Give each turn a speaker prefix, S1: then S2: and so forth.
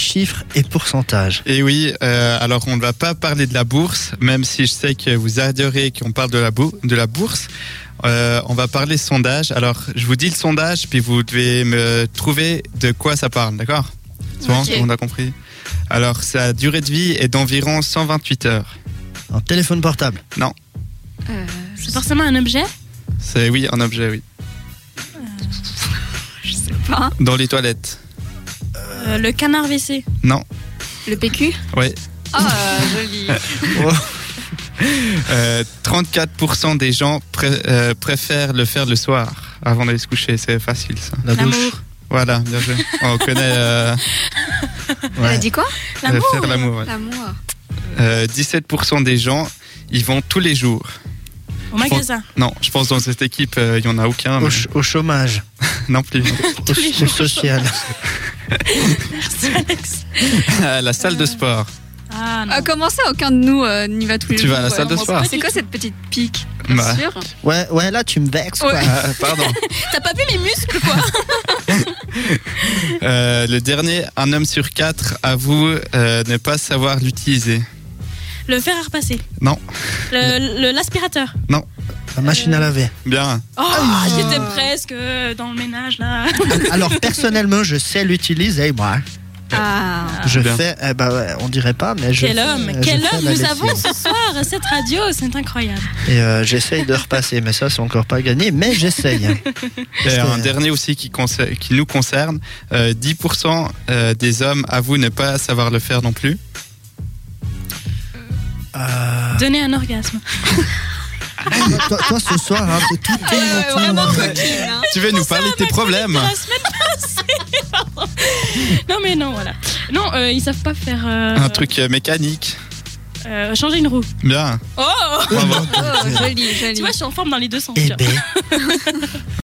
S1: chiffres et pourcentages.
S2: Et oui, euh, alors on ne va pas parler de la bourse, même si je sais que vous adorez qu'on parle de la, bou- de la bourse. Euh, on va parler sondage. Alors, je vous dis le sondage, puis vous devez me trouver de quoi ça parle, d'accord C'est bon,
S3: Ok.
S2: tout le monde a compris. Alors, sa durée de vie est d'environ 128 heures.
S1: Un téléphone portable.
S3: Euh, c'est forcément un objet
S2: C'est oui, un objet, oui.
S3: Je sais
S4: Ah.
S3: pas.
S2: Dans les toilettes.
S3: Euh, le canard WC.
S2: Non.
S4: Le PQ
S2: Ouais.
S4: Ah, joli.
S2: Euh, 34% des gens pré- euh, préfèrent le faire le soir avant d'aller se coucher. C'est facile, ça.
S1: La
S3: L'amour.
S1: douche.
S2: Voilà, bien joué. On connaît euh,
S4: Elle a
S1: Ouais.
S4: dit quoi
S2: euh,
S3: L'amour.
S2: faire l'amour. ouais.
S4: L'amour.
S2: Euh, 17% des gens, ils vont tous les jours.
S3: Au magasin.
S2: Non, je pense dans cette équipe, euh, il y en a aucun. mais
S1: Au, ch- au chômage.
S2: Non plus.
S1: Au, au social.
S3: Merci, Alex.
S2: À la salle de sport.
S3: Ah non.
S4: Ah, comment ça, aucun de nous euh, n'y va tous les
S2: Tu
S4: jours
S2: vas à la
S4: quoi.
S2: salle de
S4: On
S2: sport.
S4: sait- C'est quoi cette petite pique Bien
S2: Bah.
S4: sûr.
S1: Ouais, ouais, là tu me vexes quoi.
S4: Ouais.
S2: Ah, pardon.
S4: T'as pas vu mes muscles, quoi
S2: Euh, le dernier, un homme sur quatre avoue euh, ne pas savoir l'utiliser.
S3: Le fer à repasser.
S2: Non.
S3: Le- le- L'aspirateur.
S1: La machine à laver.
S2: Bien.
S3: Oh,
S4: Ah.
S3: j'étais presque euh, dans le ménage là.
S1: Alors personnellement, je sais l'utiliser moi.
S4: Ah.
S1: Je
S2: Bien.
S1: fais, eh ben, ouais, on dirait pas, mais je.
S3: Quel
S1: fais-
S3: homme,
S1: je
S3: quel
S1: fais
S3: homme
S1: la
S3: nous
S1: lessive.
S3: avons ce soir à cette radio, c'est incroyable.
S1: Et euh, j'essaye de repasser, mais ça c'est encore pas gagné, mais j'essaye.
S2: Et
S1: que-
S2: un dernier aussi qui, concer- qui nous concerne, euh, 10% euh, des hommes avouent ne pas savoir le faire non plus.
S1: Euh,
S3: Donner un orgasme.
S1: toi, toi, ce soir, hein, t'es tout
S4: Elle
S1: est
S4: est Ah, vraiment coquine, hein.
S2: Tu veux nous parler de tes problèmes
S3: La semaine passée, pardon. Non mais non, voilà. Non, euh, ils savent pas faire. euh,
S2: Un truc euh, mécanique.
S3: euh, changer une roue.
S2: Bien.
S3: Oh
S2: Bravo.
S4: Oh, joli,
S3: Tu
S4: joli.
S3: vois, je suis en forme dans les deux sens.
S1: Eh
S3: tu vois.
S1: ben,